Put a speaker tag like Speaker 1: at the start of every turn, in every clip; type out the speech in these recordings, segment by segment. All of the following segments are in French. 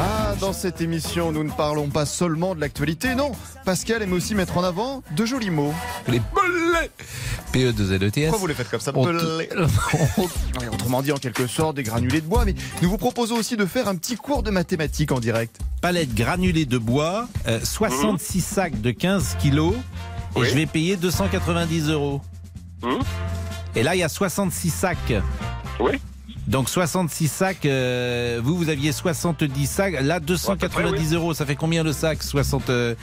Speaker 1: Ah, dans cette émission, nous ne parlons pas seulement de l'actualité, non. Pascal aime aussi mettre en avant de jolis mots.
Speaker 2: Les bollets pe
Speaker 3: E
Speaker 2: 2
Speaker 1: Pourquoi vous les faites comme ça
Speaker 2: On te-
Speaker 1: Belé. Oui, Autrement dit, en quelque sorte, des granulés de bois. Mais nous vous proposons aussi de faire un petit cours de mathématiques en direct.
Speaker 3: palette granulée de bois, euh, 66 sacs de 15 kilos, et
Speaker 4: Mhm. Oui.
Speaker 3: je vais payer 290 euros.
Speaker 4: Mhm.
Speaker 3: Et là, il y a 66 sacs.
Speaker 4: Oui.
Speaker 3: Donc 66 sacs, euh, vous, vous aviez 70 sacs, là 290
Speaker 4: Ouais, à peu près,
Speaker 3: euros, ça fait combien le sac 60, euh,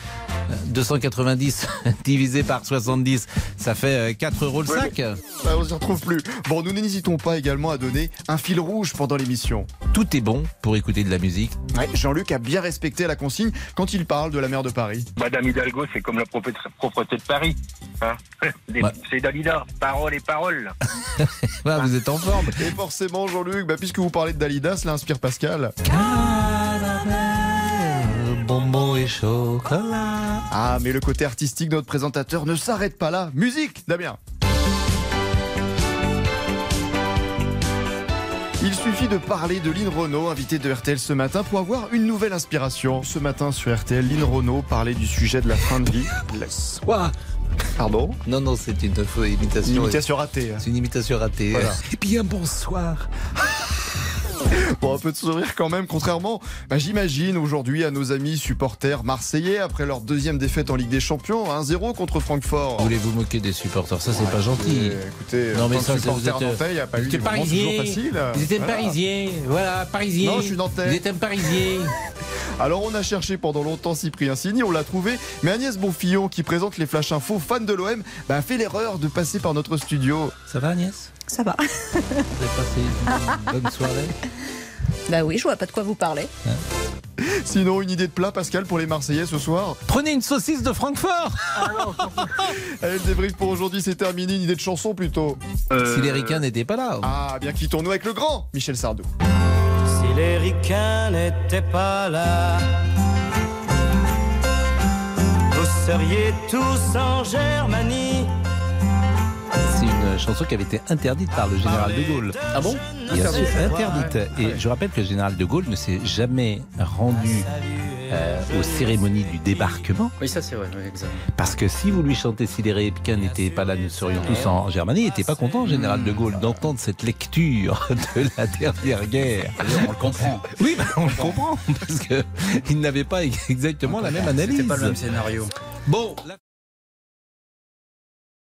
Speaker 3: 290 divisé par 70, ça fait euh, 4 euros le
Speaker 4: Ouais,
Speaker 3: sac
Speaker 1: Bah, on ne s'y retrouve plus. Bon, nous n'hésitons pas également à donner un fil rouge pendant l'émission.
Speaker 3: Tout est bon pour écouter de la musique.
Speaker 1: Ouais, Jean-Luc a bien respecté la consigne quand il parle de la mer de Paris.
Speaker 4: Madame Hidalgo, c'est comme la propre- propreté de Paris. hein. Des-
Speaker 3: Ouais.
Speaker 4: C'est Dalida, paroles et paroles.
Speaker 3: Ah, vous êtes en forme.
Speaker 1: Et forcément, Jean-Luc, bah, puisque vous parlez de Dalida, cela inspire Pascal.
Speaker 3: Bonbon et chocolat.
Speaker 1: Ah, mais le côté artistique de notre présentateur ne s'arrête pas là. Musique, Damien Il suffit de parler de Lynn Renault, invitée de RTL ce matin, pour avoir une nouvelle inspiration. Ce matin sur RTL, Lynn Renault parlait du sujet de la fin de vie. La-
Speaker 2: Ouah.
Speaker 1: Pardon
Speaker 2: Non, non, c'est une fausse
Speaker 1: Une
Speaker 2: imitation.
Speaker 1: imitation ratée. hein.
Speaker 2: C'est une imitation ratée.
Speaker 1: Voilà.
Speaker 2: Et bien, bonsoir.
Speaker 1: Bon, un peu de sourire quand même, contrairement, bah, j'imagine, aujourd'hui à nos amis supporters marseillais après leur deuxième défaite en Ligue des Champions, 1-0 contre Francfort.
Speaker 2: Vous voulez vous moquer des supporters Ça, c'est pas gentil.
Speaker 1: Euh, Écoutez,
Speaker 2: Non,
Speaker 1: en
Speaker 2: mais
Speaker 1: tant que
Speaker 2: ça, vous
Speaker 1: supporter
Speaker 2: êtes, euh,
Speaker 1: nantais, il n'y a pas eu
Speaker 2: vous
Speaker 1: des
Speaker 2: étiez
Speaker 1: moments toujours
Speaker 2: parisien.
Speaker 1: faciles.
Speaker 2: Vous êtes
Speaker 1: Voilà.
Speaker 2: parisien, voilà, parisien.
Speaker 1: Non, je suis nantais.
Speaker 2: Vous êtes un parisien.
Speaker 1: Alors on a cherché pendant longtemps Cyprien Sini, on l'a trouvé, mais Agnès Bonfillon, qui présente les Flash Infos fans de l'OM, bah, a fait l'erreur de passer par notre studio.
Speaker 2: Ça va, Agnès
Speaker 5: Ça va.
Speaker 2: Vous avez passé une bonne soirée
Speaker 5: Bah oui, je vois pas de quoi vous parlez.
Speaker 1: Sinon, une idée de plat, Pascal, pour les Marseillais ce soir.
Speaker 3: Prenez une saucisse de Francfort
Speaker 1: Allez, le débrief pour aujourd'hui, c'est terminé. Une idée de chanson plutôt.
Speaker 4: Euh,
Speaker 2: Si les ricains n'étaient pas là.
Speaker 1: Ah, bien quittons-nous avec le grand Michel Sardou.
Speaker 6: Si les ricains n'étaient pas là, vous seriez tous en Germanie.
Speaker 3: C'est une chanson qui avait été interdite par le général de Gaulle.
Speaker 6: Ah bon
Speaker 3: Bien sûr, interdite. Et je rappelle que le général de Gaulle ne s'est jamais rendu euh, aux cérémonies du débarquement,
Speaker 6: Oui, ça c'est vrai, oui, exact.
Speaker 3: parce que si vous lui chantez si les républicains n'étaient pas là, nous serions tous en Germanie, il n'était pas content, le général de
Speaker 6: Hmm.
Speaker 3: Gaulle, d'entendre cette lecture de la dernière guerre.
Speaker 7: On le comprend.
Speaker 3: Oui, bah, on le comprend, parce qu'il n'avait pas exactement la même analyse.
Speaker 7: C'était pas le même scénario.
Speaker 3: Bon,